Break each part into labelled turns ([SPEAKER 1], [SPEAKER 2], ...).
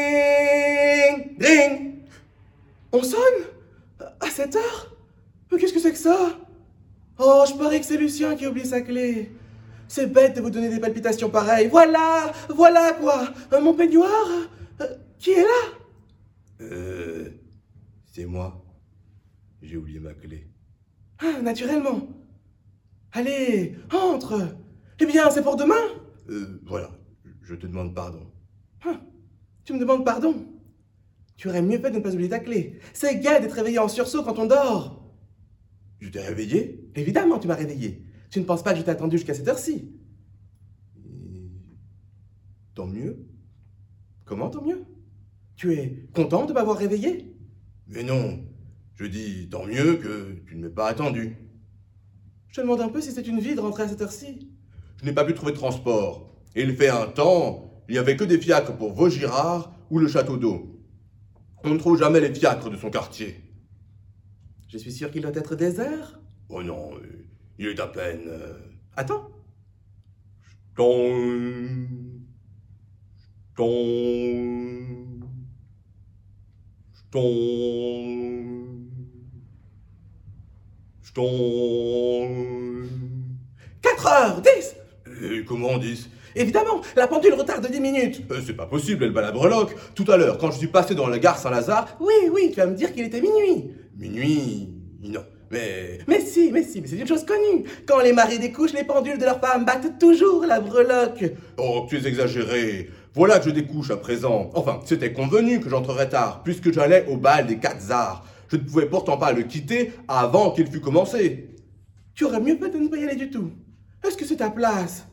[SPEAKER 1] Dring Dring
[SPEAKER 2] On sonne À cette heure Mais qu'est-ce que c'est que ça Oh, je parie que c'est Lucien qui oublie sa clé. C'est bête de vous donner des palpitations pareilles. Voilà Voilà quoi Euh, Mon peignoir Euh, Qui est là
[SPEAKER 1] Euh. C'est moi. J'ai oublié ma clé.
[SPEAKER 2] Ah, naturellement. Allez, entre Eh bien, c'est pour demain
[SPEAKER 1] Euh, voilà. Je te demande pardon.
[SPEAKER 2] Ah, Tu me demandes pardon Tu aurais mieux fait de ne pas oublier ta clé. C'est gai d'être réveillé en sursaut quand on dort
[SPEAKER 1] Je t'ai réveillé
[SPEAKER 2] Évidemment, tu m'as réveillé. Tu ne penses pas que je t'ai attendu jusqu'à cette heure-ci
[SPEAKER 1] Et- Tant mieux.
[SPEAKER 2] Comment tant mieux Tu es content de m'avoir réveillé
[SPEAKER 1] Mais non. Je dis tant mieux que tu ne m'aies pas attendu.
[SPEAKER 2] Je te demande un peu si c'est une vie de rentrer à cette heure-ci.
[SPEAKER 1] Je n'ai pas pu trouver de transport. Et il fait un temps, il n'y avait que des fiacres pour Vaugirard ou le château d'eau. On ne trouve jamais les fiacres de son quartier.
[SPEAKER 2] Je suis sûr qu'il doit être désert.
[SPEAKER 1] Oh non, euh, il est à peine. euh,
[SPEAKER 2] Attends,
[SPEAKER 1] Ton. Ton. Ton. Ton.
[SPEAKER 2] 4h10
[SPEAKER 1] Et comment on dit
[SPEAKER 2] Évidemment, la pendule retarde de 10 minutes.
[SPEAKER 1] Euh, C'est pas possible, elle bat la breloque. Tout à l'heure, quand je suis passé dans la gare Saint-Lazare,
[SPEAKER 2] Oui, oui, tu vas me dire qu'il était minuit.
[SPEAKER 1] minuit. Non, mais.
[SPEAKER 2] Mais si, mais si, mais c'est une chose connue. Quand les maris découchent, les pendules de leurs femmes battent toujours la breloque.
[SPEAKER 1] Oh, tu es exagéré. Voilà que je découche à présent. Enfin, c'était convenu que j'entrerais tard, puisque j'allais au bal des quatre arts. Je ne pouvais pourtant pas le quitter avant qu'il fût commencé.
[SPEAKER 2] Tu aurais mieux fait de ne pas y aller du tout. Est-ce que c'est ta place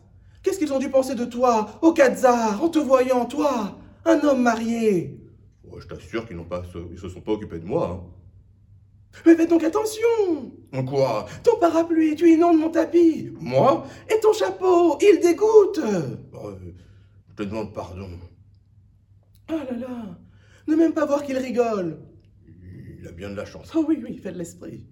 [SPEAKER 2] Qu'est-ce qu'ils ont dû penser de toi, au Khazar, en te voyant, toi, un homme marié
[SPEAKER 1] Oh, je t'assure qu'ils n'ont pas, ils se sont pas occupés de moi.
[SPEAKER 2] Mais fais donc attention
[SPEAKER 1] hein. En quoi
[SPEAKER 2] Ton parapluie, tu inondes mon tapis
[SPEAKER 1] Moi
[SPEAKER 2] Et ton chapeau, il dégoûte
[SPEAKER 1] Oh, euh, Je te demande pardon.
[SPEAKER 2] Oh là là Ne même pas voir qu'il rigole
[SPEAKER 1] Il a bien de la chance.
[SPEAKER 2] Oh oui, oui, fais de l'esprit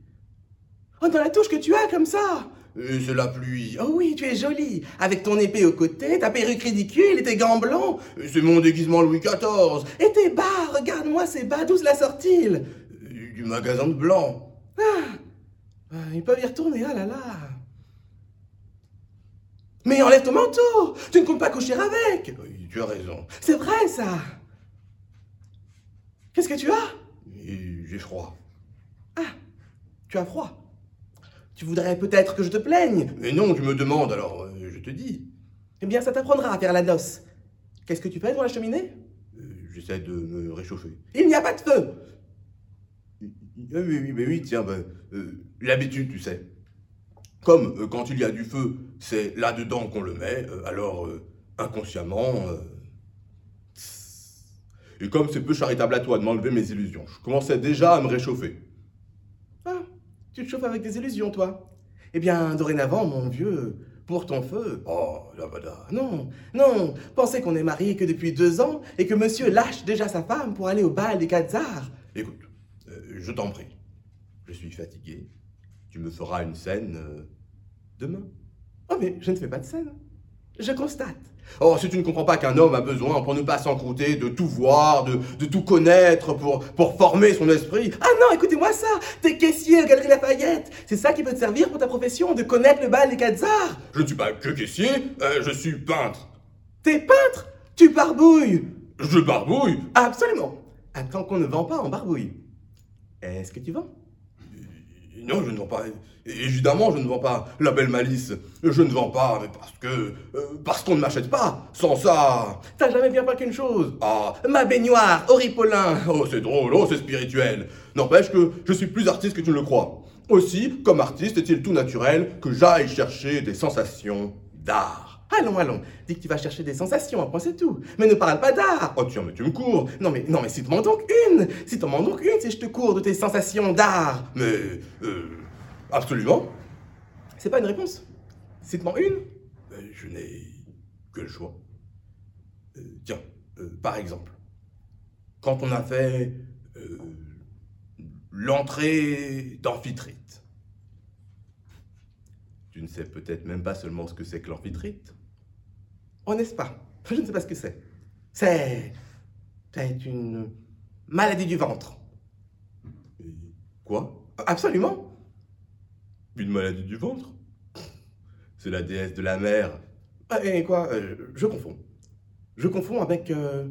[SPEAKER 2] Oh, dans la touche que tu as, comme ça
[SPEAKER 1] Et c'est la pluie.
[SPEAKER 2] Oh oui, tu es jolie Avec ton épée au côté, ta perruque ridicule et tes gants blancs
[SPEAKER 1] Et C'est mon déguisement Louis XIV.
[SPEAKER 2] Et tes bas, regarde-moi ces bas, d'où la sort-il
[SPEAKER 1] Et Du magasin de blanc.
[SPEAKER 2] Ah, ils peuvent y retourner, ah là là. Mais enlève ton manteau Tu ne comptes pas coucher avec
[SPEAKER 1] Oui, Tu as raison.
[SPEAKER 2] C'est vrai, ça Qu'est-ce que tu as
[SPEAKER 1] Et J'ai froid.
[SPEAKER 2] Tu as froid. Tu voudrais peut-être que je te plaigne
[SPEAKER 1] Mais non, tu me demandes, alors euh, je te dis.
[SPEAKER 2] Eh bien, ça t'apprendra à faire la noce. Qu'est-ce que tu fais devant la cheminée
[SPEAKER 1] Euh, J'essaie de me réchauffer.
[SPEAKER 2] Il n'y a pas de feu
[SPEAKER 1] Ah oui, oui, mais oui, tiens, ben, euh, l'habitude, tu sais. Comme euh, quand il y a du feu, c'est là-dedans qu'on le met, euh, alors euh, inconsciemment. euh, tss. Et comme c'est peu charitable à toi de m'enlever mes illusions, je commençais déjà à me réchauffer.
[SPEAKER 2] Ah, tu te chauffes avec des illusions, toi. Eh bien, dorénavant, mon vieux, pour ton feu,
[SPEAKER 1] Oh, la bada.
[SPEAKER 2] Non, non, pensez qu'on est mariés que depuis deux ans et que monsieur lâche déjà sa femme pour aller au bal des Khazars.
[SPEAKER 1] Écoute, euh, je t'en prie. Je suis fatigué. Tu me feras une scène euh, demain. Ah,
[SPEAKER 2] Oh, mais je ne fais pas de scène. Je constate.
[SPEAKER 1] Oh, si tu ne comprends pas qu'un homme a besoin, pour ne pas s'encrouter, de tout voir, de, de tout connaître, pour, pour former son esprit,
[SPEAKER 2] Ah non, écoutez-moi ça T'es caissier aux Galeries Lafayette C'est ça qui peut te servir pour ta profession, de connaître le bal des Khazars
[SPEAKER 1] Je ne suis pas que caissier, euh, je suis peintre.
[SPEAKER 2] T'es peintre Tu barbouilles
[SPEAKER 1] Je barbouille
[SPEAKER 2] Absolument Attends qu'on ne vend pas en barbouille. Est-ce que tu vends
[SPEAKER 1] Non, je ne vends pas. Évidemment, je ne vends pas. La belle malice. Je ne vends pas, mais parce que. euh, parce qu'on ne m'achète pas. Sans ça.
[SPEAKER 2] T'as jamais bien pas qu'une chose
[SPEAKER 1] Ah.
[SPEAKER 2] Ma baignoire, Auripolin
[SPEAKER 1] Oh, c'est drôle, oh, c'est spirituel. N'empêche que je suis plus artiste que tu ne le crois. Aussi, comme artiste, est-il tout naturel que j'aille chercher des sensations d'art.
[SPEAKER 2] Allons, allons, dis que tu vas chercher des sensations, après c'est tout. Mais ne parle pas d'art
[SPEAKER 1] Oh, tiens, mais tu me cours.
[SPEAKER 2] Non mais, non mais si t'en donc une Si t'en manques donc une, si je te cours de tes sensations d'art
[SPEAKER 1] Mais. euh, absolument.
[SPEAKER 2] C'est pas une réponse. Si t'en manques une ben,
[SPEAKER 1] Euh, Je n'ai que le choix. Euh, tiens, euh, par exemple, quand on a fait euh, l'entrée d'Amphitrite, tu ne sais peut-être même pas seulement ce que c'est que l'Amphitrite.
[SPEAKER 2] Oh n'est-ce pas Je ne sais pas ce que c'est. C'est... T'as une maladie du ventre.
[SPEAKER 1] Et Quoi
[SPEAKER 2] Absolument.
[SPEAKER 1] Une maladie du ventre C'est la déesse de la mer.
[SPEAKER 2] Ah, Et quoi euh, Je confonds. Je confonds avec euh,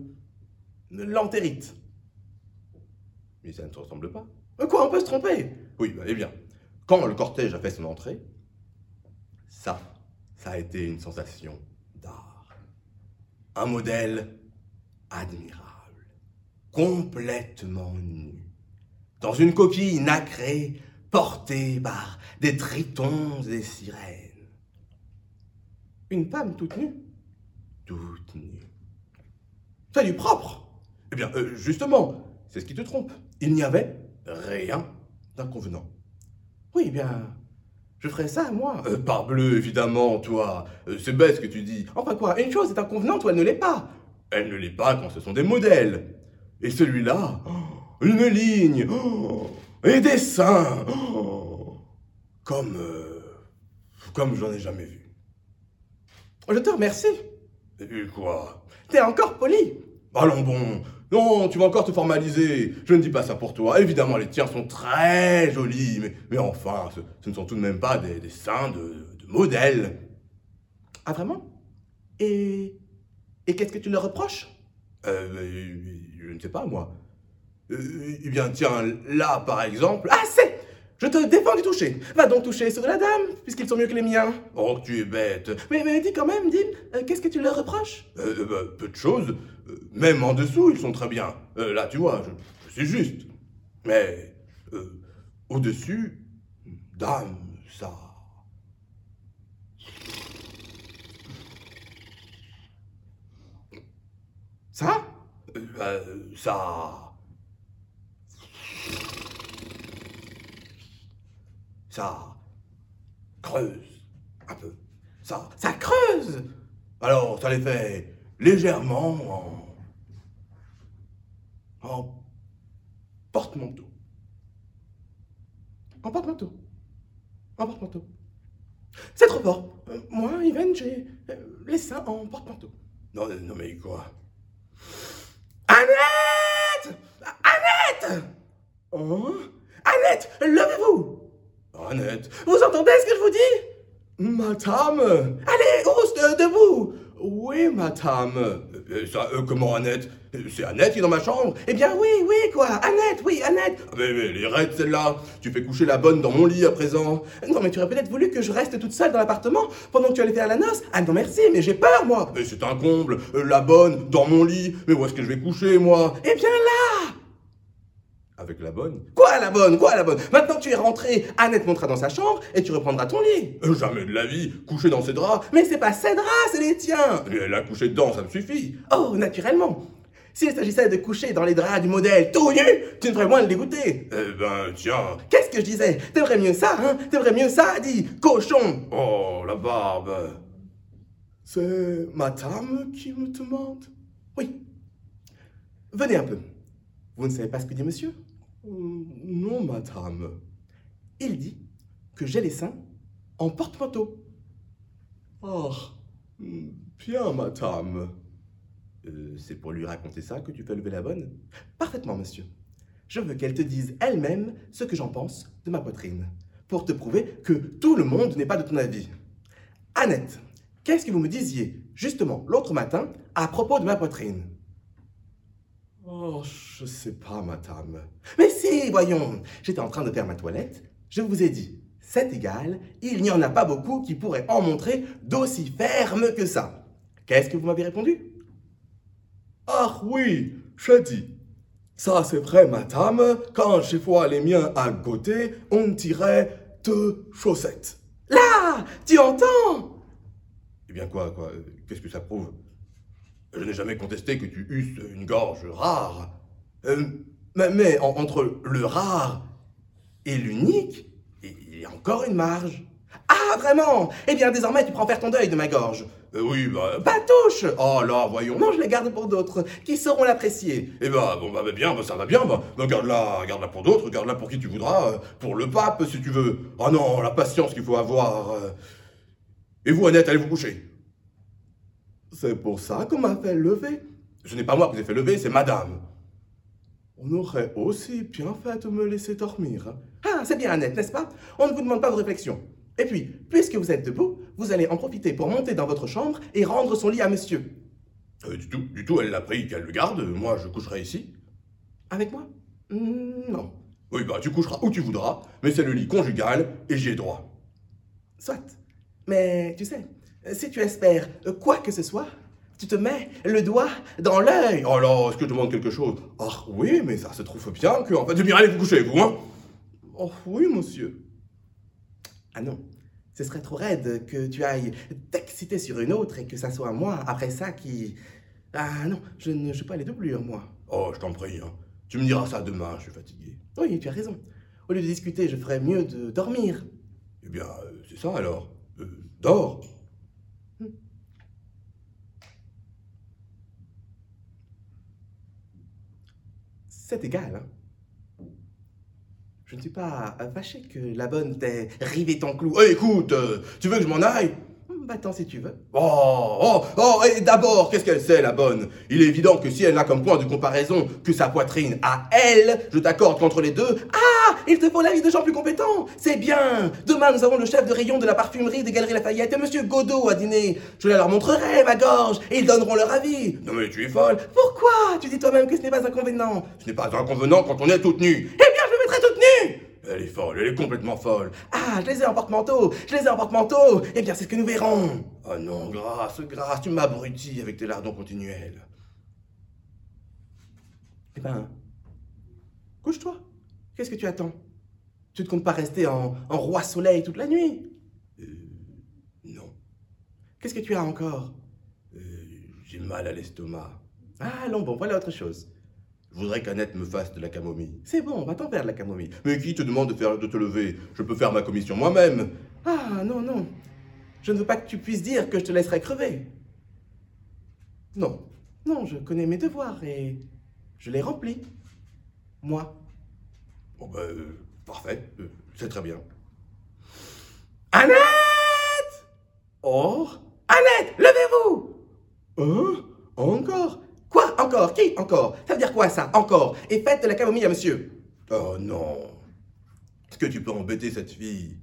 [SPEAKER 2] l'entérite.
[SPEAKER 1] Mais ça ne se ressemble pas.
[SPEAKER 2] Euh, Quoi, on peut se tromper
[SPEAKER 1] Oui, bah, eh bien, quand le cortège a fait son entrée, ça, ça a été une sensation d'art. Un modèle admirable, complètement nu, dans une coquille nacrée portée par des tritons et sirènes,
[SPEAKER 2] Une femme toute nue
[SPEAKER 1] toute nue.
[SPEAKER 2] T'as du propre
[SPEAKER 1] Eh bien, euh, justement, c'est ce qui te trompe. Il n'y avait rien d'inconvenant.
[SPEAKER 2] Oui, eh bien, je ferais ça, moi.
[SPEAKER 1] Euh, parbleu, évidemment, toi, euh, c'est bête ce que tu dis.
[SPEAKER 2] Enfin quoi, une chose est inconvenante ou elle ne l'est pas.
[SPEAKER 1] Elle ne l'est pas quand ce sont des modèles. Et celui-là, oh, une ligne, oh, et des seins, oh, comme, euh, comme j'en ai jamais vu.
[SPEAKER 2] Je te remercie.
[SPEAKER 1] Et quoi
[SPEAKER 2] T'es encore poli.
[SPEAKER 1] Allons Ah, bon. Non, tu vas encore te formaliser. Je ne dis pas ça pour toi. Évidemment, les tiens sont très jolis, mais, mais enfin, ce, ce ne sont tout de même pas des, des seins de, de modèles.
[SPEAKER 2] Ah vraiment Et... Et qu'est-ce que tu leur reproches
[SPEAKER 1] Euh, euh, je ne sais pas, moi. Euh, eh bien, tiens, là, par exemple.
[SPEAKER 2] Ah, c'est Je te défends du toucher. Va donc toucher ceux de la dame, puisqu'ils sont mieux que les miens.
[SPEAKER 1] Oh, tu es bête.
[SPEAKER 2] Mais, mais dis quand même, dis, euh, qu'est-ce que tu leur reproches
[SPEAKER 1] Euh, euh, bah, peu de choses. Euh, Même en dessous, ils sont très bien. Euh, là, tu vois, je, je suis juste. Mais euh, au-dessus, dame, ça.
[SPEAKER 2] Ça
[SPEAKER 1] euh, euh, ça. Ça. creuse un peu. Ça.
[SPEAKER 2] Ça creuse
[SPEAKER 1] Alors, ça les fait légèrement en. en porte-manteau.
[SPEAKER 2] En porte-manteau. En porte-manteau. C'est trop fort. Euh, moi, Yvan, j'ai euh, les seins en porte-manteau. euh,
[SPEAKER 1] Non, non, mais quoi
[SPEAKER 2] Annette Annette Oh Annette, levez-vous
[SPEAKER 1] Annette
[SPEAKER 2] Vous entendez ce que je vous dis
[SPEAKER 1] Madame
[SPEAKER 2] Allez, Oust, euh, debout
[SPEAKER 1] Oui, madame Euh, Ça, euh, comment Annette Euh, C'est Annette qui est dans ma chambre
[SPEAKER 2] Eh bien, oui, oui, quoi Annette, oui, Annette
[SPEAKER 1] Ah, mais, mais elle est raide, celle-là Tu fais coucher la bonne dans mon lit à présent
[SPEAKER 2] Non, mais tu aurais peut-être voulu que je reste toute seule dans l'appartement pendant que tu allais faire la noce Ah non, merci, mais j'ai peur, moi
[SPEAKER 1] Mais c'est un comble Euh, La bonne, dans mon lit Mais où est-ce que je vais coucher, moi
[SPEAKER 2] Eh bien là
[SPEAKER 1] Avec la bonne
[SPEAKER 2] Quoi, la bonne Quoi, la bonne Maintenant que tu es rentrée, Annette montera dans sa chambre et tu reprendras ton lit
[SPEAKER 1] Euh, Jamais de la vie Coucher dans ses draps
[SPEAKER 2] Mais c'est pas ses draps, c'est les tiens
[SPEAKER 1] Mais elle a couché dedans, ça me suffit
[SPEAKER 2] Oh, naturellement S'il s'agissait de coucher dans les draps du modèle tout nu, tu devrais moins le dégoûter
[SPEAKER 1] Eh ben, tiens
[SPEAKER 2] Qu'est-ce que je disais T'aimerais mieux ça, hein T'aimerais mieux ça, dis Cochon
[SPEAKER 1] Oh, la barbe C'est madame qui me demande
[SPEAKER 2] Oui. Venez un peu. Vous ne savez pas ce que dit monsieur
[SPEAKER 1] Euh, Non, madame.
[SPEAKER 2] Il dit que j'ai les seins en porte-manteau.
[SPEAKER 1] Ah, bien, madame. Euh, c'est pour lui raconter ça que tu fais lever la bonne
[SPEAKER 2] Parfaitement, monsieur. Je veux qu'elle te dise elle-même ce que j'en pense de ma poitrine, pour te prouver que tout le monde n'est pas de ton avis. Annette, qu'est-ce que vous me disiez justement l'autre matin à propos de ma poitrine
[SPEAKER 1] Oh, je sais pas, madame.
[SPEAKER 2] Mais si, voyons, j'étais en train de faire ma toilette, je vous ai dit, c'est égal, il n'y en a pas beaucoup qui pourraient en montrer d'aussi ferme que ça. Qu'est-ce que vous m'avez répondu
[SPEAKER 1] Ah oui, je dis. Ça, c'est vrai, madame. Quand je vois les miens à côté, on dirait deux chaussettes.
[SPEAKER 2] Là, tu entends
[SPEAKER 1] Eh bien, quoi, quoi euh, Qu'est-ce que ça prouve Je n'ai jamais contesté que tu eusses une gorge rare. Euh, mais mais en- entre le rare
[SPEAKER 2] Et l'unique,
[SPEAKER 1] et,
[SPEAKER 2] il
[SPEAKER 1] et
[SPEAKER 2] y a
[SPEAKER 1] en-
[SPEAKER 2] encore une marge. Ah, vraiment Eh bien, désormais, tu prends faire ton deuil de ma gorge.
[SPEAKER 1] Euh, oui, bah.
[SPEAKER 2] Pas touche
[SPEAKER 1] Oh là, voyons.
[SPEAKER 2] Non, je les garde pour d'autres, qui sauront l'apprécier.
[SPEAKER 1] Eh ben, bon, bah, bah, bien, bah, ça va bien, bah, bah, garde-la, garde-la pour d'autres, garde-la pour qui tu voudras, euh, pour le pape, si tu veux. Ah non, la patience qu'il faut avoir. euh. Et vous, Annette, allez vous coucher. C'est pour ça qu'on m'a fait lever. Ce n'est pas moi qui vous ai fait lever, c'est madame. On aurait aussi bien fait de me laisser dormir. hein.
[SPEAKER 2] Ah, c'est bien net, n'est-ce pas On ne vous demande pas de réflexion. Et puis, puisque vous êtes debout, vous allez en profiter pour monter dans votre chambre et rendre son lit à monsieur.
[SPEAKER 1] Euh, du tout, du tout, elle l'a pris qu'elle le garde. Moi, je coucherai ici.
[SPEAKER 2] Avec moi Hmm, Non.
[SPEAKER 1] Oui, bah, tu coucheras où tu voudras, mais c'est le lit conjugal et j'y ai droit.
[SPEAKER 2] Soit. Mais tu sais, si tu espères quoi que ce soit, tu te mets le doigt dans l'œil.
[SPEAKER 1] Et alors, est-ce que je demande quelque chose Ah oui, mais ça se trouve bien que. En fait, je bien allez vous coucher, vous, hein Oh oui, monsieur.
[SPEAKER 2] Ah non, ce serait trop raide que tu ailles t'exciter sur une autre et que ça soit moi après ça qui... Ah non, je ne je suis pas les doublures, moi.
[SPEAKER 1] Oh, je t'en prie, hein. Tu me diras ça demain, je suis fatigué.
[SPEAKER 2] Oui, tu as raison. Au lieu de discuter, je ferais mieux de dormir.
[SPEAKER 1] Eh bien, euh, c'est ça alors. Euh, dors.
[SPEAKER 2] C'est égal, hein. Je ne suis pas fâché que la bonne t'ait rivé ton clou.
[SPEAKER 1] Oh, écoute, euh, tu veux que je m'en aille
[SPEAKER 2] Hum, Bah tant si tu veux.
[SPEAKER 1] Oh, oh, oh, et d'abord, qu'est-ce qu'elle sait, la bonne Il est évident que si elle n'a comme point de comparaison que sa poitrine à elle, je t'accorde qu'entre les deux,
[SPEAKER 2] Ah, il te faut l'avis de gens plus compétents. C'est bien. Demain, nous avons le chef de rayon de la parfumerie des Galeries Lafayette et Monsieur Godot à dîner. Je la leur montrerai ma gorge et ils donneront leur avis.
[SPEAKER 1] Non mais tu es folle
[SPEAKER 2] Pourquoi Tu dis toi-même que ce n'est pas inconvénient.
[SPEAKER 1] Ce n'est pas inconvenant quand on est toute nue
[SPEAKER 2] Eh bien, je me mettrai toute nue.
[SPEAKER 1] Elle est folle, elle est complètement folle
[SPEAKER 2] Ah, je les ai en porte-manteau. Je les ai en porte-manteau. Eh bien, c'est ce que nous verrons.
[SPEAKER 1] Oh non, grâce, grâce, tu m'abrutis avec tes lardons continuels
[SPEAKER 2] Eh ben, couche-toi. Qu'est-ce que tu attends Tu ne comptes pas rester en, en roi soleil toute la nuit
[SPEAKER 1] Non,
[SPEAKER 2] Qu'est-ce que tu as encore
[SPEAKER 1] euh, j'ai mal à l'estomac
[SPEAKER 2] Ah, non, bon, voilà autre chose.
[SPEAKER 1] Je voudrais qu'Annette me fasse de la camomille
[SPEAKER 2] C'est bon, on va t'en faire de la camomille.
[SPEAKER 1] Mais qui te demande de, faire, de te lever Je peux faire ma commission moi-même
[SPEAKER 2] Ah non, non. Je ne veux pas que tu puisses dire que je te laisserai crever. Non, non, je connais mes devoirs et je les remplis. Moi.
[SPEAKER 1] Bon ben, euh, parfait, euh, c'est très bien
[SPEAKER 2] Annette Or Annette, levez-vous
[SPEAKER 1] Hein Encore
[SPEAKER 2] Quoi Encore Qui Encore Ça veut dire quoi ça Encore Et faites de la camomille à monsieur.
[SPEAKER 1] Oh non Est-ce que tu peux embêter cette fille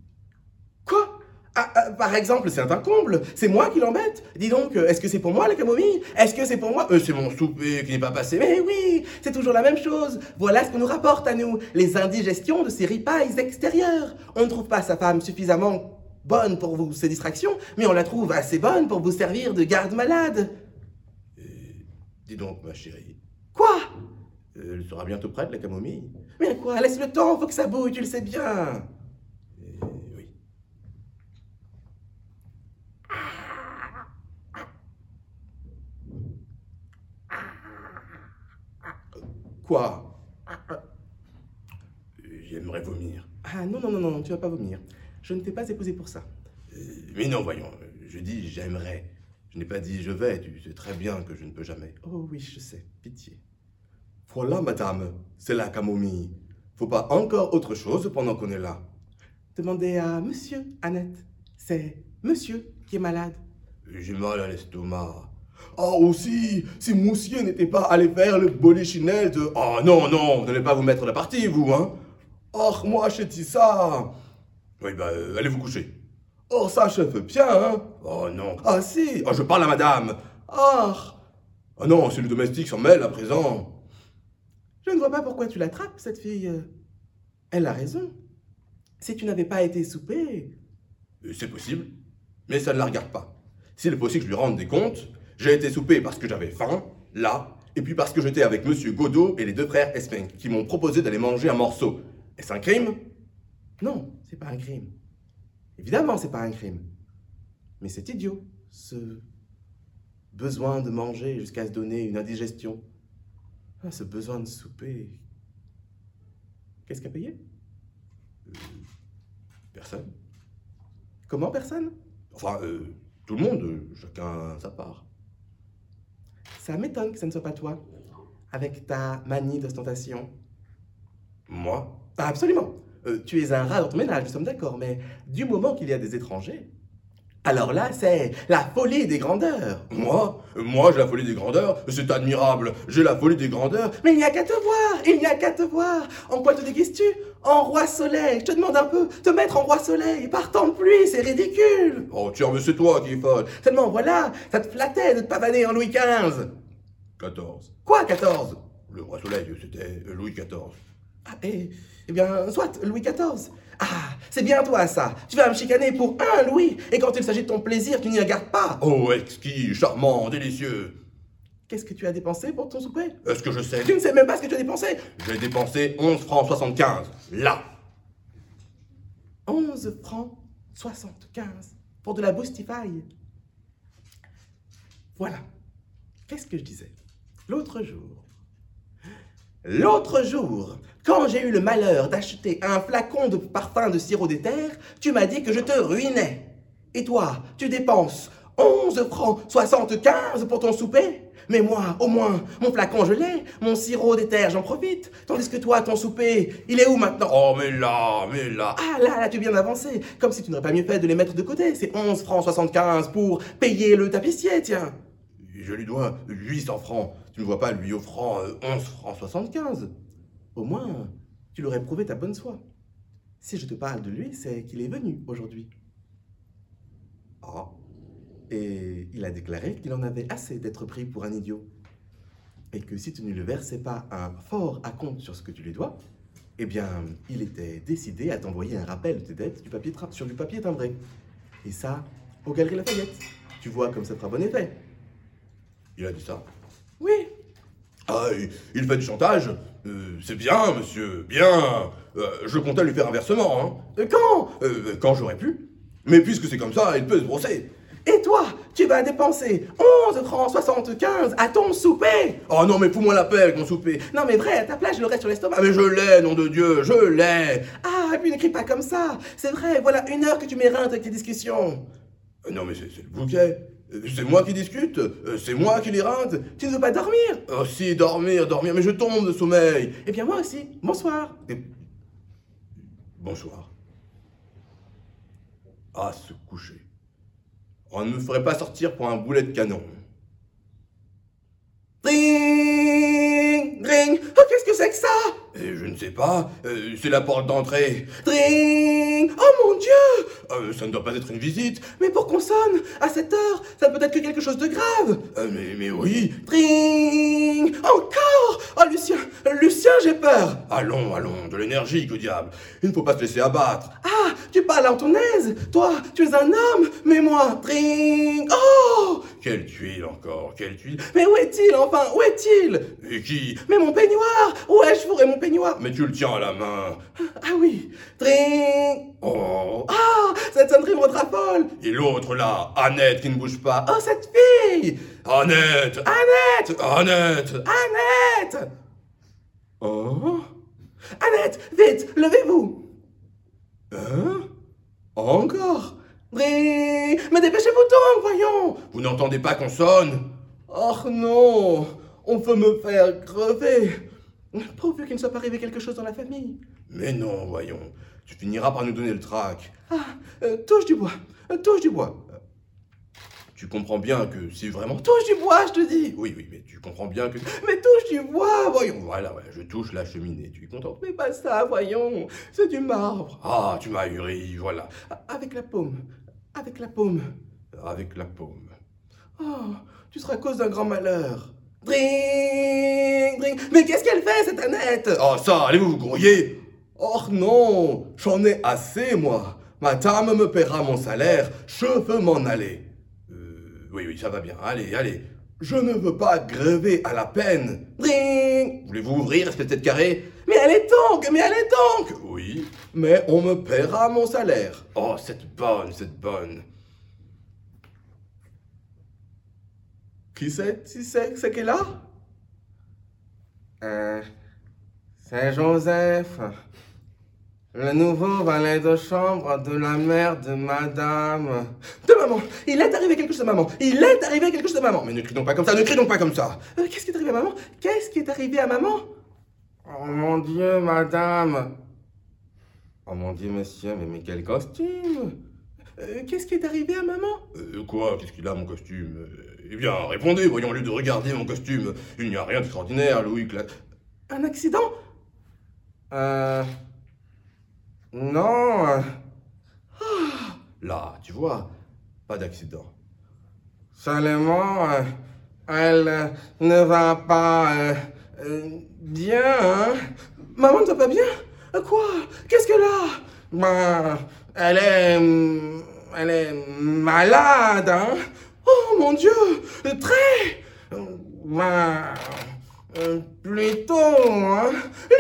[SPEAKER 2] Quoi Ah, ah, Par exemple, c'est un comble. C'est moi qui l'embête. Dis donc, euh, est-ce que c'est pour moi la camomille Est-ce que c'est pour moi
[SPEAKER 1] Euh, C'est mon souper qui n'est pas passé
[SPEAKER 2] Mais oui, c'est toujours la même chose. Voilà ce qu'on nous rapporte à nous, les indigestions de ces ripailles extérieures. On ne trouve pas sa femme suffisamment bonne pour vous, ses distractions, mais on la trouve assez bonne pour vous servir de garde-malade.
[SPEAKER 1] Dis donc, ma chérie,
[SPEAKER 2] Quoi
[SPEAKER 1] euh, elle sera bientôt prête, la camomille
[SPEAKER 2] Mais quoi Laisse le temps, faut que ça bouille, tu le sais bien.
[SPEAKER 1] Euh, Oui.
[SPEAKER 2] Quoi
[SPEAKER 1] Euh, J'aimerais vomir.
[SPEAKER 2] Ah non, non, non, non, tu vas pas vomir. Je ne t'ai pas épousé pour ça.
[SPEAKER 1] Euh, Mais non, voyons, je dis j'aimerais. Je n'ai pas dit je vais, tu sais très bien que je ne peux jamais.
[SPEAKER 2] Oh oui, je sais, pitié.
[SPEAKER 1] Voilà, madame, c'est la camomille. Faut pas encore autre chose pendant qu'on est là.
[SPEAKER 2] Demandez à monsieur, Annette. C'est monsieur qui est malade.
[SPEAKER 1] J'ai mal à l'estomac. Ah aussi, si Moussier n'était pas allé faire le bolichinelle de... Ah non, non, vous n'allez pas vous mettre la partie, vous, hein Or, moi, j'ai dit ça. Oui, bah, euh, allez vous coucher. Or, ça, je fais bien, hein Oh non. Ah si, ah, je parle à madame. Ah Ah non, c'est le domestique s'en mêle à présent.
[SPEAKER 2] Je ne vois pas pourquoi tu l'attrapes, cette fille. Elle a raison. Si tu n'avais pas été souper,
[SPEAKER 1] Euh, C'est possible, mais ça ne la regarde pas. S'il est possible que je lui rende des comptes, j'ai été souper parce que j'avais faim, là, et puis parce que j'étais avec Monsieur Godot et les deux frères Espenck, qui m'ont proposé d'aller manger un morceau. Est-ce un crime
[SPEAKER 2] non, c'est pas un crime. Évidemment, c'est pas un crime. Mais c'est idiot, ce besoin de manger jusqu'à se donner une indigestion. Ah, ce besoin de souper. Qu'est-ce qu'a payé
[SPEAKER 1] Personne.
[SPEAKER 2] Comment personne
[SPEAKER 1] Enfin, euh, tout le monde, euh, chacun sa part.
[SPEAKER 2] Ça m'étonne que ça ne soit pas toi, avec ta manie d'ostentation.
[SPEAKER 1] Moi
[SPEAKER 2] Ah, absolument. Euh, tu es un rat dans ton ménage, nous sommes d'accord, mais du moment qu'il y a des étrangers, Alors là, c'est la folie des grandeurs.
[SPEAKER 1] Moi Euh, Moi, j'ai la folie des grandeurs C'est admirable J'ai la folie des grandeurs
[SPEAKER 2] Mais il n'y a qu'à te voir, il n'y a qu'à te voir. En quoi te déguises-tu En roi soleil. Je te demande un peu, te mettre en roi soleil, par temps de pluie, c'est ridicule.
[SPEAKER 1] Oh tiens, mais c'est toi qui es folle
[SPEAKER 2] Seulement voilà, ça te flattait de te pavaner en Louis XV.
[SPEAKER 1] 14.
[SPEAKER 2] Quoi, 14
[SPEAKER 1] Le roi soleil, c'était euh, Louis XIV.
[SPEAKER 2] Ah, eh, eh bien, soit Louis XIV. Ah, c'est bien toi ça. Tu vas me chicaner pour un Louis, et quand il s'agit de ton plaisir, tu n'y regardes pas.
[SPEAKER 1] Oh, exquis, charmant, délicieux
[SPEAKER 2] Qu'est-ce que tu as dépensé pour ton souper
[SPEAKER 1] Est-ce que je sais
[SPEAKER 2] Tu ne sais même pas ce que tu as dépensé.
[SPEAKER 1] J'ai dépensé 11 francs 75. Là
[SPEAKER 2] 11 francs 75 pour de la boustifaille. Voilà. Qu'est-ce que je disais L'autre jour. L'autre jour, quand j'ai eu le malheur d'acheter un flacon de parfum de sirop d'éther, tu m'as dit que je te ruinais. Et toi, tu dépenses 11 francs 75 pour ton souper mais moi, au moins, mon flacon je l'ai, mon sirop d'éther j'en profite, tandis que toi, ton souper, il est où maintenant
[SPEAKER 1] Oh, mais là, mais là
[SPEAKER 2] ah là, là, tu es bien avancé. Comme si tu n'aurais pas mieux fait de les mettre de côté. C'est 11 francs 75 pour payer le tapissier, tiens.
[SPEAKER 1] Je lui dois 800 francs. Tu ne vois pas lui offrant euh, 11 francs 75
[SPEAKER 2] Au moins, tu l'aurais prouvé ta bonne foi. Si je te parle de lui, c'est qu'il est venu aujourd'hui.
[SPEAKER 1] Ah,
[SPEAKER 2] Et il a déclaré qu'il en avait assez d'être pris pour un idiot. Et que si tu ne lui versais pas un fort à compte sur ce que tu lui dois, eh bien, il était décidé à t'envoyer un rappel de tes dettes du papier tra- sur du papier timbré. Et ça, aux Galeries Lafayette. Tu vois comme ça fera bon effet.
[SPEAKER 1] il a dit ça
[SPEAKER 2] Oui,
[SPEAKER 1] Ah, il- il fait du chantage Euh, C'est bien, monsieur, bien Euh, Je comptais lui faire un versement, hein
[SPEAKER 2] Euh, Quand
[SPEAKER 1] Euh, quand j'aurais pu. Mais puisque c'est comme ça, il peut se brosser.
[SPEAKER 2] Et toi, tu vas dépenser 11 francs 75 à ton souper
[SPEAKER 1] Oh non, mais fous-moi la paix, qu'on souper.
[SPEAKER 2] Non mais vrai, à ta place, je l'aurais sur l'estomac.
[SPEAKER 1] Ah mais je l'ai, nom de Dieu, je l'ai.
[SPEAKER 2] Ah, et puis ne crie pas comme ça. C'est vrai, voilà une heure que tu m'éreintes avec tes discussions.
[SPEAKER 1] Euh, Non mais c'est c'est le bouquet. Euh, C'est moi qui discute, euh, c'est moi qui les rinte.
[SPEAKER 2] Tu ne veux pas dormir
[SPEAKER 1] Oh si, dormir, dormir, mais je tombe de sommeil.
[SPEAKER 2] Eh bien moi aussi. Bonsoir.
[SPEAKER 1] Et- Bonsoir. À se coucher. On ne me ferait pas sortir pour un boulet de canon.
[SPEAKER 2] Ring, ring. Oh, qu'est-ce que c'est que ça
[SPEAKER 1] Et je ne sais pas, euh, c'est la porte d'entrée.
[SPEAKER 2] Ring. Oh mon Dieu
[SPEAKER 1] Euh, ça ne doit pas être une visite.
[SPEAKER 2] Mais pour qu'on sonne, à cette heure, ça peut être que quelque chose de grave.
[SPEAKER 1] Euh, mais, mais oui,
[SPEAKER 2] Ring. Encore Oh, Lucien, Lucien, j'ai peur.
[SPEAKER 1] Allons, allons, de l'énergie, que diable Il ne faut pas se laisser abattre
[SPEAKER 2] Ah, tu parles en ton aise Toi, tu es un homme Mais moi, tring Oh
[SPEAKER 1] Quelle tuile encore, quelle tuile
[SPEAKER 2] Mais où est-il enfin Où est-il
[SPEAKER 1] Et qui
[SPEAKER 2] Mais mon peignoir Où ai-je fourré mon peignoir
[SPEAKER 1] Mais tu le tiens à la main
[SPEAKER 2] Ah oui Tring
[SPEAKER 1] Oh
[SPEAKER 2] Ah Cette sonnerie me rendra folle
[SPEAKER 1] Et l'autre là, Annette qui ne bouge pas
[SPEAKER 2] Oh, cette fille
[SPEAKER 1] Annette
[SPEAKER 2] Annette
[SPEAKER 1] Annette
[SPEAKER 2] Annette
[SPEAKER 1] Oh
[SPEAKER 2] Annette, vite, levez-vous
[SPEAKER 1] Hein Encore
[SPEAKER 2] Tring Mais dépêchez-vous donc, voyons
[SPEAKER 1] Vous n'entendez pas qu'on sonne
[SPEAKER 2] Oh non On peut me faire crever Eh, Pourvu qu'il ne soit pas arrivé quelque chose dans la famille
[SPEAKER 1] Mais non, voyons, tu finiras par nous donner le trac.
[SPEAKER 2] Ah, euh, touche du bois, euh, touche du bois, euh,
[SPEAKER 1] Tu comprends bien que si vraiment...
[SPEAKER 2] touche du bois, je te dis.
[SPEAKER 1] Oui, oui, mais tu comprends bien que...
[SPEAKER 2] Mais touche du bois, voyons.
[SPEAKER 1] Voyons, voilà, ouais, je touche la cheminée, tu es content
[SPEAKER 2] Mais pas ça, voyons. C'est du marbre.
[SPEAKER 1] Ah, tu m'as ahuri, voilà.
[SPEAKER 2] A- Avec la paume, avec la paume.
[SPEAKER 1] Avec la paume.
[SPEAKER 2] Oh, tu seras cause d'un grand malheur. Dring, dring. Mais qu'est-ce qu'elle fait, cette Annette
[SPEAKER 1] Oh ça, allez-vous vous grouiller Or non, j'en ai assez, moi. Madame me paiera mon salaire, je veux m'en aller. Euh, oui, oui, ça va bien, allez, allez. Je ne veux pas grever à la peine.
[SPEAKER 2] Dring.
[SPEAKER 1] Voulez-vous ouvrir, espèce de tête carrée
[SPEAKER 2] Mais allez donc, mais allez donc.
[SPEAKER 1] Donc, oui, mais on me paiera mon salaire. Oh, cette bonne, cette bonne.
[SPEAKER 2] Qui c'est Si c'est c'est qui est là C'est Euh, Joseph, le nouveau valet de chambre de la mère de madame. De maman Il est arrivé quelque chose à maman Il est arrivé quelque chose à maman
[SPEAKER 1] Mais ne crie donc pas comme ça, ne crie donc pas comme ça.
[SPEAKER 2] Euh, Qu'est-ce qui est arrivé à maman Qu'est-ce qui est arrivé à maman
[SPEAKER 3] Oh mon Dieu, madame Oh mon Dieu, monsieur, mais, mais quel costume
[SPEAKER 2] Hum. Euh, Qu'est-ce qui est arrivé à maman
[SPEAKER 1] Euh, quoi Qu'est-ce qu'il a, mon costume Euh, Eh bien, répondez, voyons, au lieu de regarder mon costume. Il n'y a rien d'extraordinaire, Louis Cla...
[SPEAKER 2] Un accident
[SPEAKER 3] Euh... Non, euh,
[SPEAKER 1] Là, tu vois, pas d'accident.
[SPEAKER 3] seulement, euh, elle euh, ne va pas euh, euh, bien, hein.
[SPEAKER 2] Maman ne va pas bien Euh, Quoi Qu'est-ce qu'elle a
[SPEAKER 3] Ben, elle est... hum, Elle est malade, hein.
[SPEAKER 2] Oh mon Dieu Euh, Très
[SPEAKER 3] Ben, euh, plutôt, hein.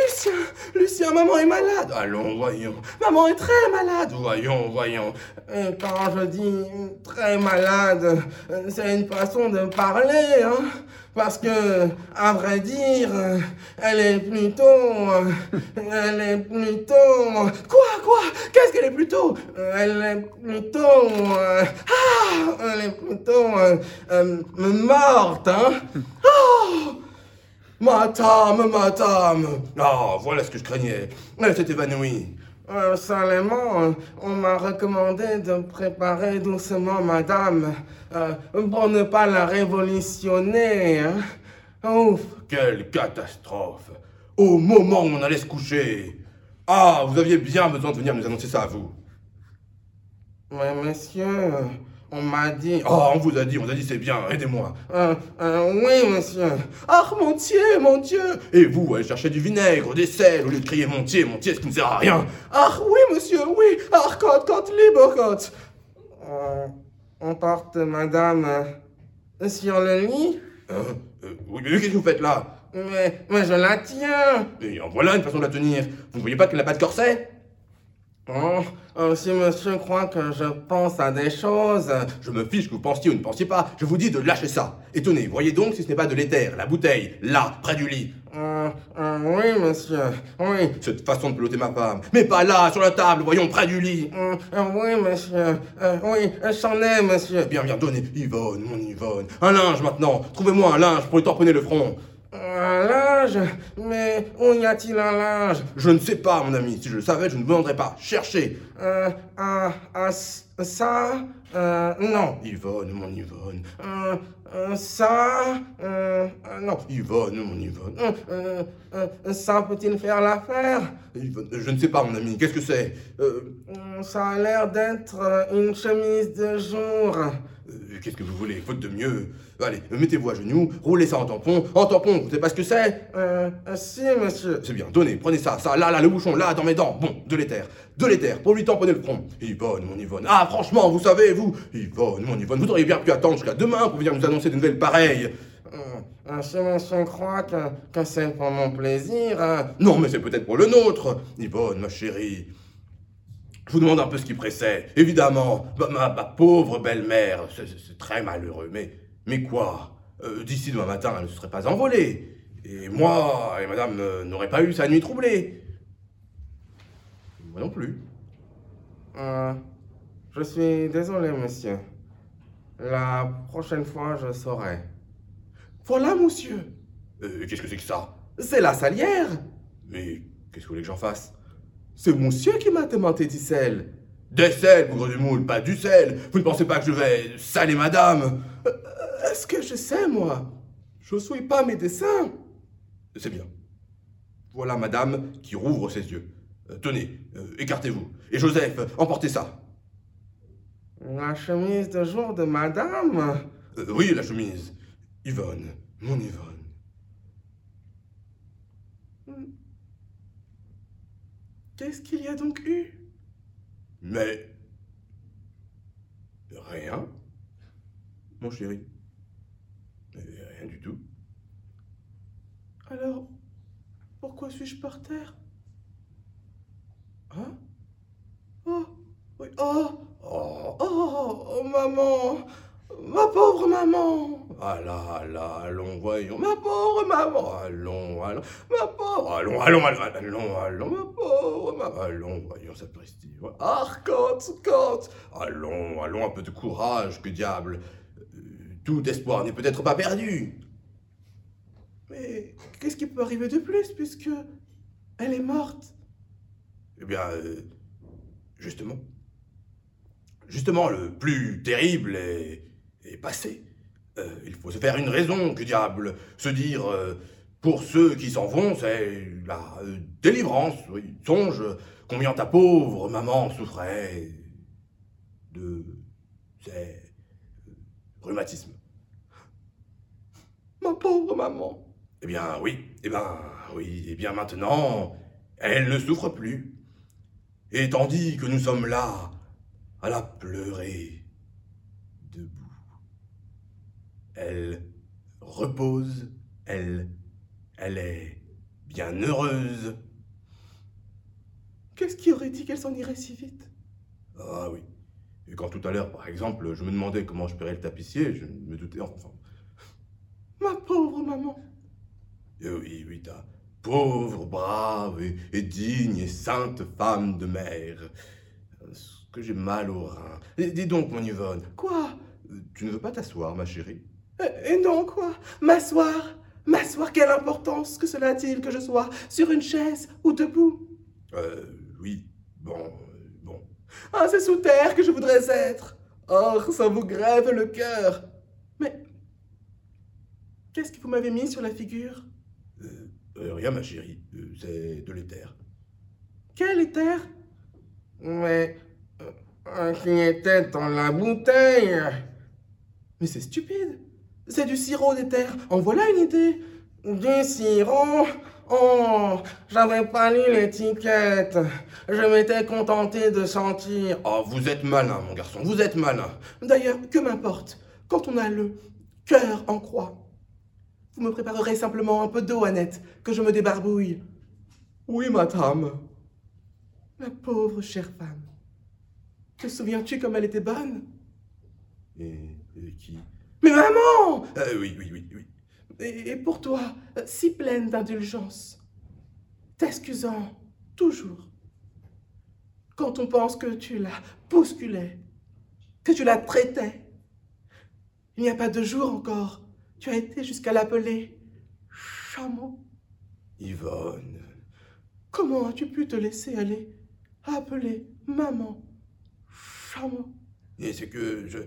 [SPEAKER 2] Lucien Lucien, maman est malade
[SPEAKER 1] Allons, voyons,
[SPEAKER 2] Maman est très malade
[SPEAKER 1] voyons, voyons. Euh,
[SPEAKER 3] Et quand je dis très malade, euh, c'est une façon de parler, hein. Parce que, à vrai dire, euh, elle est plutôt. euh, Elle est plutôt.
[SPEAKER 2] Quoi Quoi Qu'est-ce qu'elle est plutôt
[SPEAKER 3] euh, Elle est plutôt. euh, ah, Elle est plutôt. euh, euh, morte, hein.
[SPEAKER 2] Madame, madame
[SPEAKER 1] Ah, voilà ce que je craignais. Elle s'est évanouie.
[SPEAKER 3] Euh, Seulement, euh, on m'a recommandé de préparer doucement madame euh, pour ne pas la révolutionner. hein. Ouf.
[SPEAKER 1] Quelle catastrophe Au moment où on allait se coucher Ah, vous aviez bien besoin de venir nous annoncer ça à vous.
[SPEAKER 3] Mais monsieur, euh, on m'a dit...
[SPEAKER 1] Ah, on vous a dit, on vous a dit c'est bien, aidez-moi.
[SPEAKER 3] Euh, euh, oui, monsieur.
[SPEAKER 2] Ah mon Dieu, mon Dieu
[SPEAKER 1] Et vous, allez chercher du vinaigre, des sels, au lieu de crier Montier, Montier, ce qui ne sert à rien.
[SPEAKER 2] Ah oui, monsieur, oui Ah, quand, quand, libre, quand
[SPEAKER 3] Euh, on porte madame euh, sur le lit,
[SPEAKER 1] Hein Euh, oui, mais qu'est-ce que vous faites là
[SPEAKER 3] mais, mais je la tiens.
[SPEAKER 1] Et en voilà une façon de la tenir. Vous ne voyez pas qu'elle n'a pas de corset
[SPEAKER 3] Oh, euh, si monsieur croit que je pense à des choses...
[SPEAKER 1] Je me fiche que vous pensiez ou ne pensiez pas, je vous dis de lâcher ça. Et tenez, voyez donc si ce n'est pas de l'éther, la bouteille, là, près du lit.
[SPEAKER 3] Euh, euh, oui, monsieur, oui.
[SPEAKER 1] Cette façon de peloter ma femme. Mais pas là, sur la table, voyons, près du lit.
[SPEAKER 3] Euh, euh, oui, monsieur, euh, oui, j'en ai, monsieur.
[SPEAKER 1] Bien, bien, donnez, Yvonne, mon Yvonne. Un linge maintenant, trouvez-moi un linge pour lui tamponner le front. Euh,
[SPEAKER 3] Un linge Mais où y a-t-il un linge
[SPEAKER 1] Je ne sais pas, mon ami, si je le savais, je ne vous demanderais pas. Cherchez.
[SPEAKER 3] Euh, ah, ah, s- ça Euh, non.
[SPEAKER 1] Yvonne, mon Yvonne.
[SPEAKER 3] Euh, euh, ça euh, euh, Non.
[SPEAKER 1] Yvonne, mon Yvonne.
[SPEAKER 3] Euh, euh, euh, ça peut-il faire l'affaire
[SPEAKER 1] Yvonne, Je ne sais pas, mon ami, qu'est-ce que c'est Euh,
[SPEAKER 3] Euh, Ça a l'air d'être euh, une chemise de jour.
[SPEAKER 1] Euh, Qu'est-ce que vous voulez Faute de mieux. Allez, euh, mettez-vous à genoux, roulez ça en tampon. En tampon, vous savez pas ce que c'est
[SPEAKER 3] Euh, euh, si, monsieur.
[SPEAKER 1] C'est bien, donnez, prenez ça, ça, là, là, le bouchon, là, dans mes dents. Bon, de l'éther, de l'éther, pour lui tamponner le front. Yvonne, mon Yvonne. Ah, franchement, vous savez, vous Yvonne, mon Yvonne, vous auriez bien pu attendre jusqu'à demain pour venir nous annoncer des nouvelles pareilles.
[SPEAKER 3] Euh, euh, si monsieur croit que, que c'est pour mon plaisir, euh,
[SPEAKER 1] Non, mais c'est peut-être pour le nôtre. Yvonne, ma chérie. Je vous demande un peu ce qui pressait. Évidemment, bah, ma, ma pauvre belle-mère, c'est- c'est c'est très malheureux. Mais, mais quoi Euh, D'ici demain matin, elle ne se serait pas envolée. Et moi et madame euh, n'auraient pas eu sa nuit troublée. Moi non plus.
[SPEAKER 3] euh, je suis désolé, monsieur. La prochaine fois, je saurai.
[SPEAKER 2] Voilà, monsieur
[SPEAKER 1] Euh, qu'est-ce que c'est que ça
[SPEAKER 2] C'est la salière
[SPEAKER 1] Mais qu'est-ce que vous voulez que j'en fasse
[SPEAKER 2] C'est monsieur qui m'a demandé du sel
[SPEAKER 1] Des sels, bougre du moule, pas du sel. Vous ne pensez pas que je vais saler madame Euh,
[SPEAKER 2] Est-ce que je sais, moi Je suis pas médecin
[SPEAKER 1] C'est bien. Voilà madame qui rouvre ses yeux. Euh, tenez, euh, écartez-vous. Et Joseph, emportez ça.
[SPEAKER 3] La chemise de jour de madame
[SPEAKER 1] Euh, oui, la chemise. Yvonne, mon Yvonne.
[SPEAKER 2] Hmm. Qu'est-ce qu'il y a donc eu
[SPEAKER 1] Mais... Rien, mon chéri. Euh, Rien du tout.
[SPEAKER 2] Alors, pourquoi suis-je par terre Hein Oh Oui, oh
[SPEAKER 1] Oh,
[SPEAKER 2] Oh, oh, maman Ma pauvre maman
[SPEAKER 1] ah là là, allons, voyons.
[SPEAKER 2] Ma pauvre maman
[SPEAKER 1] Oh, allons, allons, ma pauvre, allons, allons, allons, allons, allons, ma pauvre, ma- allons, voyons, sapristi, voilà.
[SPEAKER 2] Ah, quand, quand
[SPEAKER 1] Allons, allons, un peu de courage, que diable. Euh, Tout espoir n'est peut-être pas perdu.
[SPEAKER 2] Mais qu'est-ce qui peut arriver de plus puisque elle est morte
[SPEAKER 1] Eh bien, euh, justement, justement, le plus terrible est, est passé. Euh, il faut se faire une raison, que diable. Se dire, euh, pour ceux qui s'en vont, c'est la euh, délivrance. Oui, songe combien ta pauvre maman souffrait de ces euh, rhumatismes.
[SPEAKER 2] Ma pauvre maman.
[SPEAKER 1] Eh bien, oui, eh bien, oui, eh bien maintenant, elle ne souffre plus. Et tandis que nous sommes là, à la pleurer, debout, elle repose, elle, elle est bien heureuse.
[SPEAKER 2] Qu'est-ce qui aurait dit qu'elle s'en irait si vite
[SPEAKER 1] Ah oui. Et quand tout à l'heure, par exemple, je me demandais comment je paierais le tapissier, je me doutais, enfin,
[SPEAKER 2] Ma pauvre maman.
[SPEAKER 1] Eh Oui, oui, ta pauvre, brave et, et digne et sainte femme de mère. Euh, Ce que j'ai mal au rein. Eh, dis donc, mon Yvonne,
[SPEAKER 2] Quoi
[SPEAKER 1] euh, tu ne veux pas t'asseoir, ma chérie
[SPEAKER 2] Euh, Et non, quoi M'asseoir M'asseoir, quelle importance que cela a-t-il que je sois sur une chaise ou debout
[SPEAKER 1] Euh, oui, bon, euh, bon.
[SPEAKER 2] Ah, c'est sous terre que je voudrais être Or, ça vous grève le cœur Mais. Qu'est-ce que vous m'avez mis sur la figure
[SPEAKER 1] Euh, euh, rien, ma chérie, Euh, c'est de l'éther.
[SPEAKER 2] Quel éther
[SPEAKER 3] Mais euh, euh, qui était dans la bouteille
[SPEAKER 2] Mais c'est stupide C'est du sirop d'éther En voilà une idée
[SPEAKER 3] Du sirop Oh, j'avais pas lu l'étiquette. Je m'étais contenté de sentir.
[SPEAKER 1] Oh, vous êtes malin, mon garçon, vous êtes malin.
[SPEAKER 2] D'ailleurs, que m'importe Quand on a le cœur en croix, vous me préparerez simplement un peu d'eau, Annette, que je me débarbouille.
[SPEAKER 3] Oui, madame.
[SPEAKER 2] La pauvre chère femme. Te souviens-tu comme elle était bonne
[SPEAKER 1] Et, et qui
[SPEAKER 2] Mais maman
[SPEAKER 1] Euh, Oui, oui, oui, oui.
[SPEAKER 2] et, et pour toi, euh, si pleine d'indulgence, t'excusant toujours. Quand on pense que tu la bousculais, que tu la traitais, il n'y a pas deux jours encore, tu as été jusqu'à l'appeler chameau.
[SPEAKER 1] Yvonne.
[SPEAKER 2] Comment as-tu pu te laisser aller appeler maman chameau
[SPEAKER 1] Et c'est que je,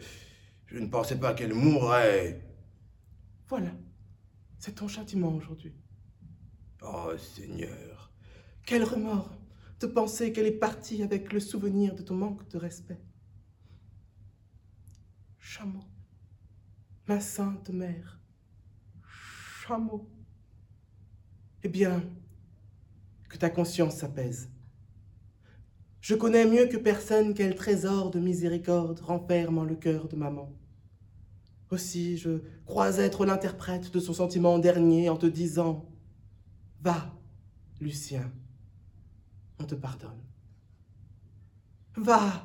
[SPEAKER 1] je ne pensais pas qu'elle mourrait.
[SPEAKER 2] Voilà, c'est ton châtiment aujourd'hui.
[SPEAKER 1] Oh, Seigneur.
[SPEAKER 2] Quel remords de penser qu'elle est partie avec le souvenir de ton manque de respect. Chameau, ma sainte mère, chameau. Eh bien, que ta conscience s'apaise. Je connais mieux que personne quel trésor de miséricorde renferme en le cœur de maman. Aussi, je crois être l'interprète de son sentiment dernier en te disant Va, Lucien, on te pardonne. Va,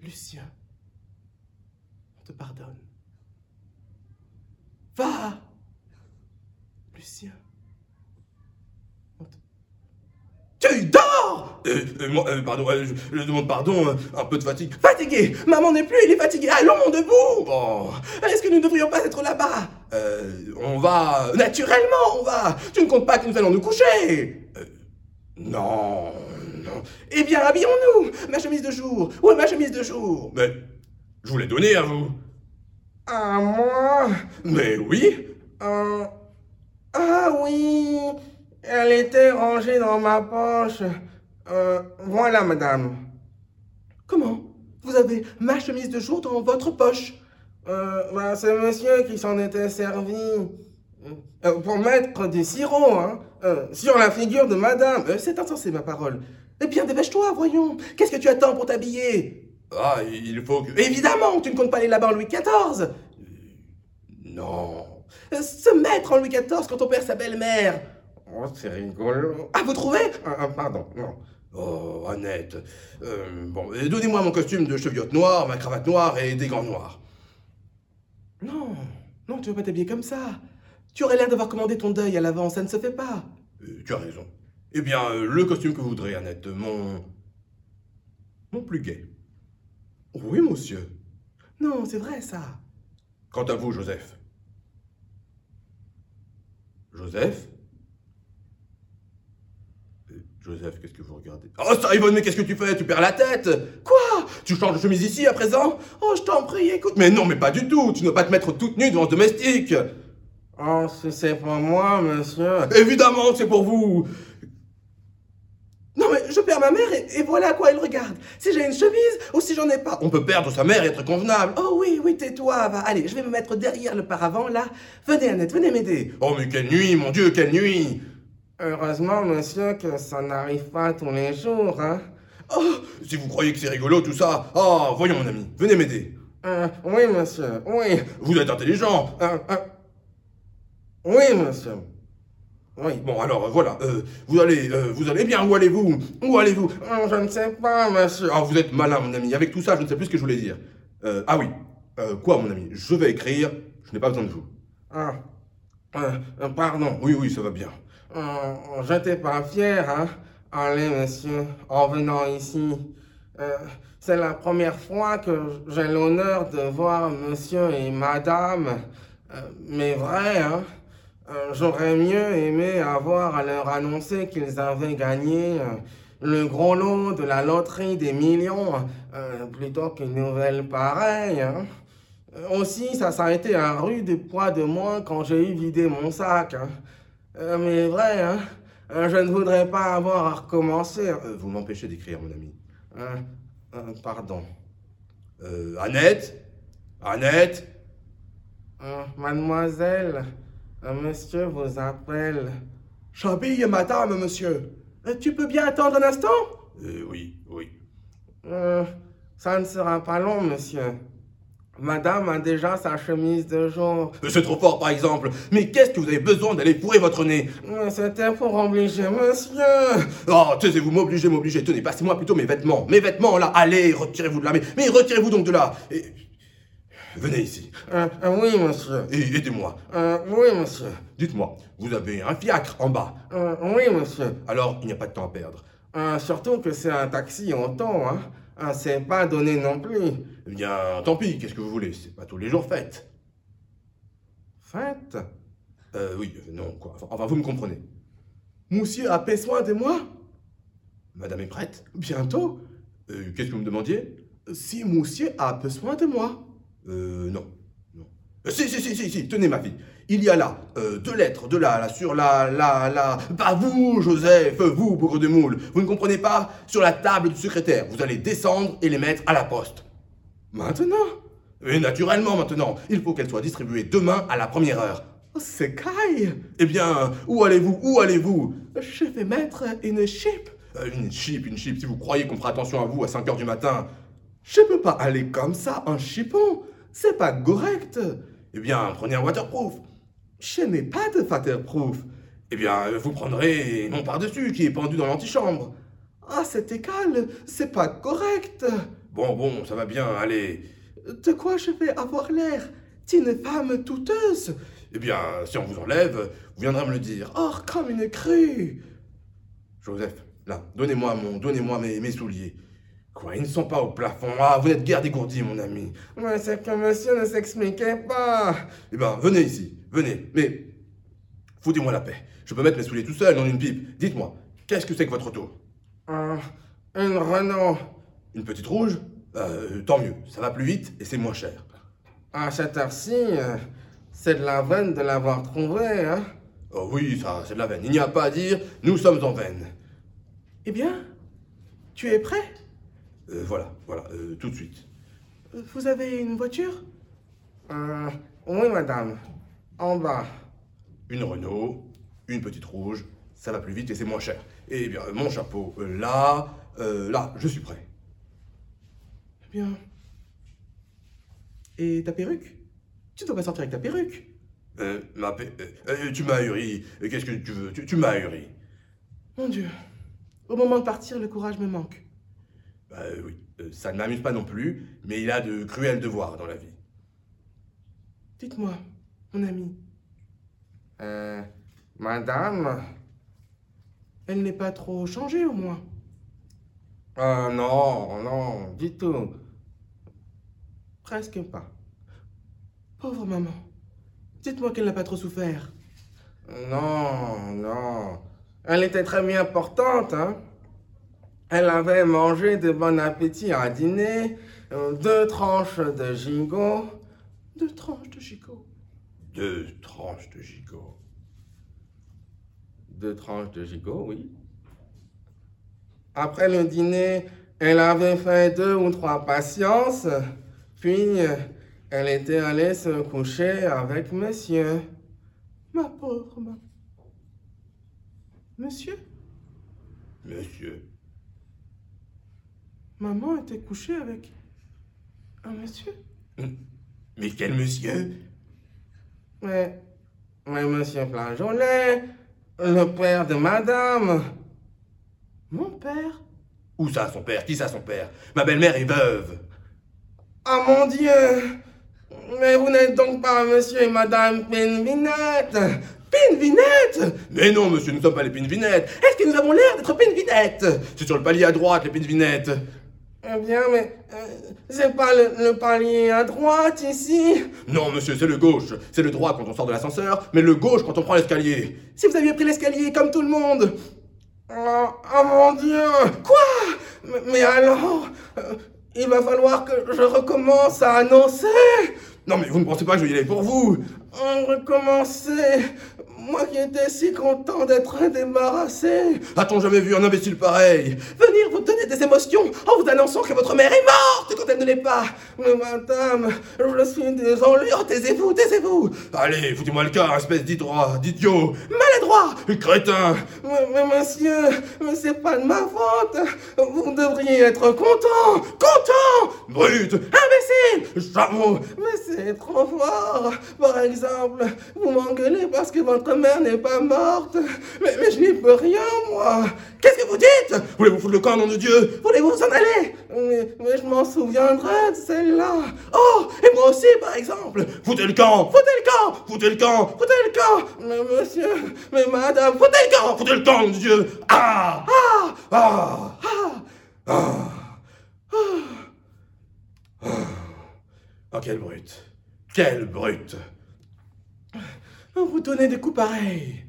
[SPEAKER 2] Lucien, on te pardonne. Va, Lucien, on te... Tu dors
[SPEAKER 1] Euh, euh, moi, euh, pardon, euh, je, je demande pardon, euh, un peu de fatigue.
[SPEAKER 2] Fatigué Maman n'est plus, il est fatigué. Allons, debout
[SPEAKER 1] Bon,
[SPEAKER 2] Est-ce que nous ne devrions pas être là-bas
[SPEAKER 1] euh, on va...
[SPEAKER 2] Naturellement, on va Tu ne comptes pas que nous allons nous coucher
[SPEAKER 1] Euh, Non, non.
[SPEAKER 2] Eh bien, habillons-nous Ma chemise de jour Où est ma chemise de jour
[SPEAKER 1] Mais je vous l'ai donné à vous.
[SPEAKER 3] À moi
[SPEAKER 1] Mais oui.
[SPEAKER 3] Euh, Ah oui Elle était rangée dans ma poche. Euh, voilà, madame.
[SPEAKER 2] Comment Vous avez ma chemise de jour dans votre poche
[SPEAKER 3] Euh, bah, c'est monsieur qui s'en était servi euh, pour mettre du sirop hein, euh, sur la figure de madame.
[SPEAKER 2] Euh, C'est insensé, ma parole. Eh bien, dépêche-toi, voyons. Qu'est-ce que tu attends pour t'habiller
[SPEAKER 1] Ah, il faut que...
[SPEAKER 2] Évidemment, tu ne comptes pas aller là-bas en Louis XIV.
[SPEAKER 1] Non.
[SPEAKER 2] Euh, Se mettre en Louis XIV quand on perd sa belle-mère.
[SPEAKER 3] Oh, c'est rigolo.
[SPEAKER 2] Ah, vous trouvez
[SPEAKER 3] Ah, ah, pardon, non.
[SPEAKER 1] Oh, Annette. Euh, bon, euh, donnez-moi mon costume de cheviote noire, ma cravate noire et des gants noirs.
[SPEAKER 2] Non, non, tu veux pas t'habiller comme ça. Tu aurais l'air d'avoir commandé ton deuil à l'avance, ça ne se fait pas.
[SPEAKER 1] Euh, tu as raison. Eh bien, euh, le costume que vous voudrez, Annette, mon... Mon plus gai. Oui, monsieur.
[SPEAKER 2] Non, c'est vrai, ça.
[SPEAKER 1] Quant à vous, Joseph. Joseph Euh, Joseph, qu'est-ce que vous regardez Oh, ça, Yvonne, mais qu'est-ce que tu fais Tu perds la tête
[SPEAKER 2] Quoi
[SPEAKER 1] Tu changes de chemise ici à présent Oh, je t'en prie, écoute. Mais non, mais pas du tout. Tu ne veux pas te mettre toute nue devant ce domestique.
[SPEAKER 3] Oh, c'est- c'est pour moi, monsieur.
[SPEAKER 1] Évidemment, c'est pour vous.
[SPEAKER 2] Non mais je perds ma mère et, et voilà à quoi elle regarde. Si j'ai une chemise ou si j'en ai pas.
[SPEAKER 1] On peut perdre sa mère et être convenable.
[SPEAKER 2] Oh oui, oui, tais-toi, va. Allez, je vais me mettre derrière le paravent, là. Venez, Annette, venez m'aider.
[SPEAKER 1] Oh, mais quelle nuit, mon Dieu, quelle nuit.
[SPEAKER 3] Heureusement, monsieur, que ça n'arrive pas tous les jours, hein.
[SPEAKER 1] Oh, si vous croyez que c'est rigolo tout ça. Ah, voyons, mon ami, venez m'aider.
[SPEAKER 3] Euh, oui, monsieur, oui.
[SPEAKER 1] Vous êtes intelligent.
[SPEAKER 3] Euh, euh, Oui, monsieur. Oui.
[SPEAKER 1] Bon, alors euh, voilà, Euh, vous allez, euh, vous allez bien, où allez-vous Où allez-vous
[SPEAKER 3] Euh, Je ne sais pas, monsieur.
[SPEAKER 1] Ah, vous êtes malin, mon ami. Avec tout ça, je ne sais plus ce que je voulais dire. Euh, ah oui. Euh, quoi, mon ami Je vais écrire. Je n'ai pas besoin de vous.
[SPEAKER 3] Ah. Euh, euh, pardon.
[SPEAKER 1] Oui, oui, ça va bien.
[SPEAKER 3] Euh, je n'étais pas fier, hein. Allez, monsieur, en venant ici. Euh, c'est la première fois que j'ai l'honneur de voir monsieur et madame. Euh, mais vrai, hein. Euh, J'aurais mieux aimé avoir à leur annoncer qu'ils avaient gagné euh, le gros lot de la loterie des millions, euh, plutôt qu'une nouvelle pareille. hein. Euh, Aussi, ça, ça a été un rude poids de moins quand j'ai eu vidé mon sac. hein. Euh, mais vrai, hein, euh, je ne voudrais pas avoir à recommencer.
[SPEAKER 1] Euh, vous m'empêchez d'écrire, mon ami.
[SPEAKER 3] Euh, euh, pardon.
[SPEAKER 1] Euh, Annette Annette
[SPEAKER 3] Euh, mademoiselle, euh, monsieur vous appelle.
[SPEAKER 2] J'habille, madame, monsieur. Euh, Tu peux bien attendre un instant
[SPEAKER 1] Euh, Oui, oui.
[SPEAKER 3] Euh, ça ne sera pas long, monsieur. Madame a déjà sa chemise de jour.
[SPEAKER 1] Euh, C'est trop fort, par exemple. Mais qu'est-ce que vous avez besoin d'aller fourrer votre nez
[SPEAKER 3] Mais C'était pour obliger monsieur.
[SPEAKER 1] Oh, taisez-vous, m'obligez, m'obligez. Tenez, passez-moi plutôt mes vêtements. Mes vêtements, là. Allez, retirez-vous de là. Mais, mais retirez-vous donc de là. Et- Venez ici.
[SPEAKER 3] Euh, euh, oui, monsieur.
[SPEAKER 1] Et aidez-moi.
[SPEAKER 3] Euh, oui, monsieur.
[SPEAKER 1] Dites-moi, vous avez un fiacre en bas.
[SPEAKER 3] Euh, oui, monsieur.
[SPEAKER 1] Alors, il n'y a pas de temps à perdre.
[SPEAKER 3] Euh, surtout que c'est un taxi en temps, hein. Ah, c'est pas donné non plus.
[SPEAKER 1] Eh bien, tant pis, qu'est-ce que vous voulez C'est pas tous les jours fête.
[SPEAKER 3] Faites.
[SPEAKER 1] Euh, oui, euh, non, quoi. Enfin, Enfin, vous me comprenez.
[SPEAKER 2] Monsieur a pris soin de moi
[SPEAKER 1] Madame est prête
[SPEAKER 2] Bientôt
[SPEAKER 1] Euh, Qu'est-ce que vous me demandiez
[SPEAKER 2] Si monsieur a besoin de moi.
[SPEAKER 1] Euh, non. Non. Euh, si, si, si, si, si, tenez ma fille. Il y a là euh, deux lettres, de là, là, sur la, la, la. Pas vous, Joseph, vous, bougre de moule. Vous ne comprenez pas Sur la table du secrétaire. Vous allez descendre et les mettre à la poste.
[SPEAKER 2] Maintenant
[SPEAKER 1] Et naturellement maintenant, il faut qu'elles soient distribuées demain à la première heure.
[SPEAKER 2] Oh, C'est caille
[SPEAKER 1] Eh bien, où allez-vous Où allez-vous
[SPEAKER 2] Je vais mettre une chip.
[SPEAKER 1] Euh, Une chip, une chip, si vous croyez qu'on fera attention à vous à 5h du matin.
[SPEAKER 2] Je peux pas aller comme ça en chipon. C'est pas correct.
[SPEAKER 1] Eh bien, prenez un waterproof.
[SPEAKER 2] Je n'ai pas de waterproof.
[SPEAKER 1] Eh bien, euh, vous prendrez mon par-dessus qui est pendu dans l'antichambre.
[SPEAKER 2] Ah, c'est égal. C'est pas correct.
[SPEAKER 1] Bon, bon, ça va bien, allez.
[SPEAKER 2] De quoi je vais avoir l'air D'une femme douteuse
[SPEAKER 1] Eh bien, si on vous enlève, vous viendrez me le dire.
[SPEAKER 2] Or, comme une crue
[SPEAKER 1] Joseph, là, donnez-moi mon, donnez-moi mes, mes souliers. Quoi, ils ne sont pas au plafond. Ah, vous n'êtes guère dégourdi, mon ami.
[SPEAKER 3] Mais c'est que monsieur ne s'expliquait pas.
[SPEAKER 1] Eh bien, venez ici, venez, mais foutez-moi la paix. Je peux mettre mes souliers tout seul dans une pipe. Dites-moi, qu'est-ce que c'est que votre auto
[SPEAKER 3] Euh, une Renault.
[SPEAKER 1] Une petite rouge Euh, Tant mieux, ça va plus vite et c'est moins cher.
[SPEAKER 3] À Ah, cette heure-ci, euh, c'est de la veine de l'avoir trouvée, hein.
[SPEAKER 1] Oh oui, ça, c'est de la veine. Il n'y a pas à dire, nous sommes en veine.
[SPEAKER 2] Eh bien, tu es prêt
[SPEAKER 1] Euh, voilà, voilà, euh, tout de suite.
[SPEAKER 2] Vous avez une voiture
[SPEAKER 3] Euh, oui, madame. En bas.
[SPEAKER 1] Une Renault, une petite rouge, ça va plus vite et c'est moins cher. Eh bien, euh, mon chapeau, euh, là, euh, là, je suis prêt.
[SPEAKER 2] Eh bien. Et ta perruque Tu dois pas sortir avec ta perruque.
[SPEAKER 1] Euh, ma paix- euh, euh, tu m'as ahuri. Euh, Qu'est-ce que tu veux Tu, tu m'as ahuri.
[SPEAKER 2] Mon Dieu. Au moment de partir, le courage me manque.
[SPEAKER 1] Bah euh, oui, Euh, ça ne m'amuse pas non plus, mais il a de cruels devoirs dans la vie.
[SPEAKER 2] Dites-moi, mon ami,
[SPEAKER 3] Euh, madame.
[SPEAKER 2] elle n'est pas trop changée au moins
[SPEAKER 1] Ah,
[SPEAKER 3] Euh, non, non, du tout. Presque pas.
[SPEAKER 2] Pauvre maman. Dites-moi qu'elle n'a pas trop souffert.
[SPEAKER 3] Non, non. Elle était très bien portante, hein. Elle avait mangé de bon appétit à dîner, euh, deux tranches de gigot.
[SPEAKER 2] Deux tranches de gigot.
[SPEAKER 1] Deux tranches de gigot.
[SPEAKER 3] Deux tranches de gigot, oui. Après le dîner, elle avait fait deux ou trois patiences, puis euh, elle était allée se coucher avec monsieur.
[SPEAKER 2] Ma pauvre maman. Monsieur,
[SPEAKER 1] Monsieur,
[SPEAKER 2] maman était couchée avec un monsieur.
[SPEAKER 1] mais quel monsieur
[SPEAKER 3] Mais, mais monsieur Flageolet, le père de madame.
[SPEAKER 2] Mon père.
[SPEAKER 1] Où ça, son père Qui ça, son père Ma belle-mère est veuve.
[SPEAKER 3] Ah mon Dieu Mais vous n'êtes donc pas monsieur et madame Pinvinette Pinvinette
[SPEAKER 1] Mais non, monsieur, nous ne sommes pas les pinvinettes. Est-ce que nous avons l'air d'être pinvinettes C'est sur le palier à droite, les pinvinettes.
[SPEAKER 3] Eh bien, mais euh, c'est pas le, le palier à droite ici
[SPEAKER 1] Non, monsieur, c'est le gauche. C'est le droit quand on sort de l'ascenseur, mais le gauche quand on prend l'escalier. Si vous aviez pris l'escalier comme tout le monde
[SPEAKER 3] Oh, oh mon Dieu Quoi mais, mais alors euh, Il va falloir que je recommence à annoncer
[SPEAKER 1] Non, mais vous ne pensez pas que je vais y aller pour vous
[SPEAKER 3] On recommencer Moi qui étais si content d'être débarrassé
[SPEAKER 1] A-t-on jamais vu un imbécile pareil
[SPEAKER 3] Venir vous donner des émotions en vous annonçant que votre mère est morte quand elle ne l'est pas Mais madame, je suis désolé, oh, taisez-vous, taisez-vous
[SPEAKER 1] Allez, foutez-moi le cas, espèce d'hidroit, d'idiot,
[SPEAKER 3] Maladroit
[SPEAKER 1] crétin
[SPEAKER 3] mais, mais monsieur, mais c'est pas de ma faute Vous devriez être content Content
[SPEAKER 1] Brute
[SPEAKER 3] Imbécile
[SPEAKER 1] Chameau
[SPEAKER 3] Mais c'est trop fort Par exemple, vous m'engueulez parce que votre mère n'est pas morte Mais, mais je n'y peux rien, moi
[SPEAKER 1] Qu'est-ce que vous dites Voulez-vous foutre le camp, nom de Dieu
[SPEAKER 3] Voulez-vous vous en aller mais, mais je m'en souviendrai de celle-là Oh Et moi aussi, par exemple
[SPEAKER 1] Foutez le camp
[SPEAKER 3] Foutez le camp
[SPEAKER 1] Foutez le camp
[SPEAKER 3] Foutez le camp Mais monsieur, mais madame, foutez le camp
[SPEAKER 1] Foutez le camp, nom de Dieu Ah
[SPEAKER 3] Ah
[SPEAKER 1] Ah
[SPEAKER 3] Ah
[SPEAKER 1] Oh, quelle brute Quelle brute
[SPEAKER 2] Vous donnez des coups pareils.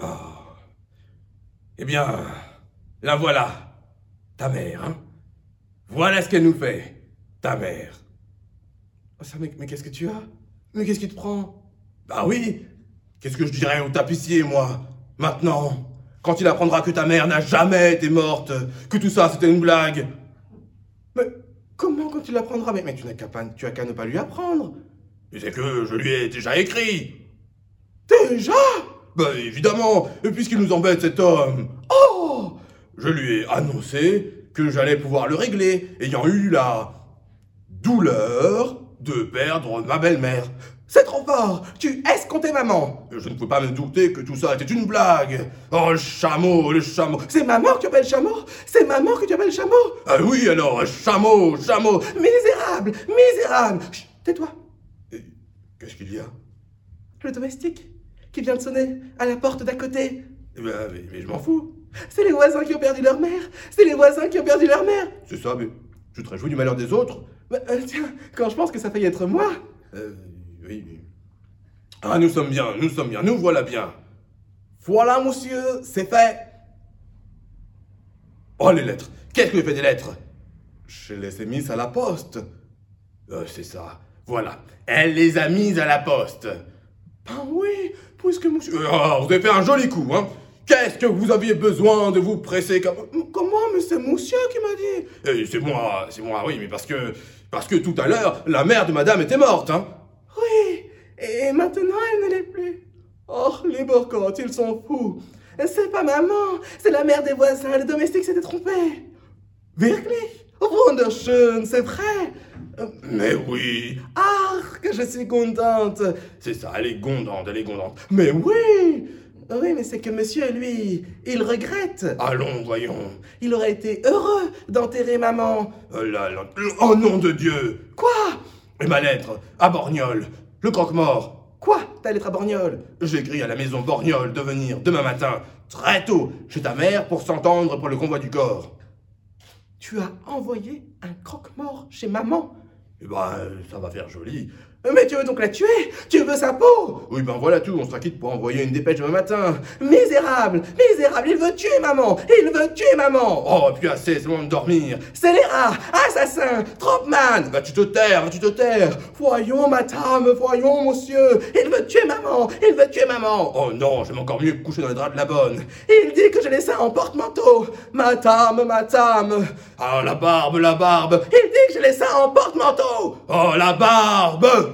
[SPEAKER 1] Oh. Eh bien, la voilà, ta mère, hein Voilà ce qu'elle nous fait, ta mère.
[SPEAKER 2] Oh, ça, mais, mais qu'est-ce que tu as Mais qu'est-ce qui te prend
[SPEAKER 1] Bah oui Qu'est-ce que je dirais au tapissier, moi Maintenant Quand il apprendra que ta mère n'a jamais été morte, que tout ça c'était une blague
[SPEAKER 2] Mais comment quand tu l'apprendras mais, mais tu n'as qu'à pas- tu as qu'à ne pas lui apprendre.
[SPEAKER 1] Mais c'est que je lui ai déjà écrit
[SPEAKER 2] Déjà
[SPEAKER 1] Bah évidemment Et puisqu'il nous embête cet homme
[SPEAKER 2] Oh
[SPEAKER 1] Je lui ai annoncé que j'allais pouvoir le régler, ayant eu la douleur de perdre ma belle-mère.
[SPEAKER 2] C'est trop fort Tu escomptais maman
[SPEAKER 1] Je ne peux pas me douter que tout ça était une blague. Oh, le chameau, le chameau.
[SPEAKER 2] C'est maman que tu appelles chameau C'est maman que tu appelles chameau
[SPEAKER 1] Ah oui, alors, chameau, chameau.
[SPEAKER 2] Misérable Misérable Chut, Tais-toi
[SPEAKER 1] Qu'est-ce qu'il y a
[SPEAKER 2] Le domestique qui vient de sonner à la porte d'à côté.
[SPEAKER 1] Eh ben, mais, mais je m'en fous.
[SPEAKER 2] C'est les voisins qui ont perdu leur mère C'est les voisins qui ont perdu leur mère
[SPEAKER 1] C'est ça, mais tu te réjouis du malheur des autres
[SPEAKER 2] Bah, euh, Tiens, quand je pense que ça faillit être moi
[SPEAKER 1] Euh, oui, oui. Ah, nous sommes bien, nous sommes bien, nous voilà bien. Voilà, monsieur, c'est fait. Oh, les lettres. Qu'est-ce que j'ai fait des lettres Je les ai mises à la poste. Euh, c'est ça. Voilà. Elle les a mises à la poste.
[SPEAKER 2] Ben oui Puisque monsieur...
[SPEAKER 1] Euh, ah, vous avez fait un joli coup, hein Qu'est-ce que vous aviez besoin de vous presser comme...
[SPEAKER 2] M- Comment Mais c'est monsieur qui m'a dit
[SPEAKER 1] Eh, c'est moi, c'est moi, oui, mais parce que... Parce que tout à l'heure, la mère de madame était morte, hein
[SPEAKER 2] Oui Et maintenant, elle ne l'est plus Oh, les bourgottes, ils sont fous C'est pas maman C'est la mère des voisins Le domestique s'était trompé Wirklich Wunderschön, c'est vrai Euh,
[SPEAKER 1] Mais oui
[SPEAKER 2] Ah, que je suis contente
[SPEAKER 1] C'est ça, elle est gondante, elle est gondante.
[SPEAKER 2] Mais oui Oui, mais c'est que monsieur, lui, il regrette
[SPEAKER 1] Allons, voyons.
[SPEAKER 2] Il aurait été heureux d'enterrer maman
[SPEAKER 1] Euh, la- la- Oh nom de Dieu
[SPEAKER 2] Quoi
[SPEAKER 1] Et ma lettre, à Borgnole, le croque-mort.
[SPEAKER 2] Quoi Ta lettre à Borgnole
[SPEAKER 1] J'écris à la maison Borgnole de venir demain matin, très tôt, chez ta mère pour s'entendre pour le convoi du corps.
[SPEAKER 2] Tu as envoyé un croque-mort chez maman
[SPEAKER 1] Eh ben, ça va faire joli. Mais tu veux donc la tuer Tu veux sa peau
[SPEAKER 4] Oui, ben voilà tout, on se quitte pour envoyer une dépêche demain matin.
[SPEAKER 1] Misérable Misérable Il veut tuer maman Il veut tuer maman
[SPEAKER 4] Oh, puis assez, c'est le moment de dormir.
[SPEAKER 1] Scélérat Assassin Trompman
[SPEAKER 4] Va, tu te taire, tu te taire.
[SPEAKER 1] Voyons, madame, voyons, monsieur Il veut tuer maman Il veut tuer maman
[SPEAKER 4] Oh non, j'aime encore mieux que coucher dans les draps de la bonne.
[SPEAKER 1] Il dit que je laissais un porte-manteau Madame, madame
[SPEAKER 4] Ah, la barbe, la barbe.
[SPEAKER 1] Il dit que je laissais un porte-manteau
[SPEAKER 4] Oh, la barbe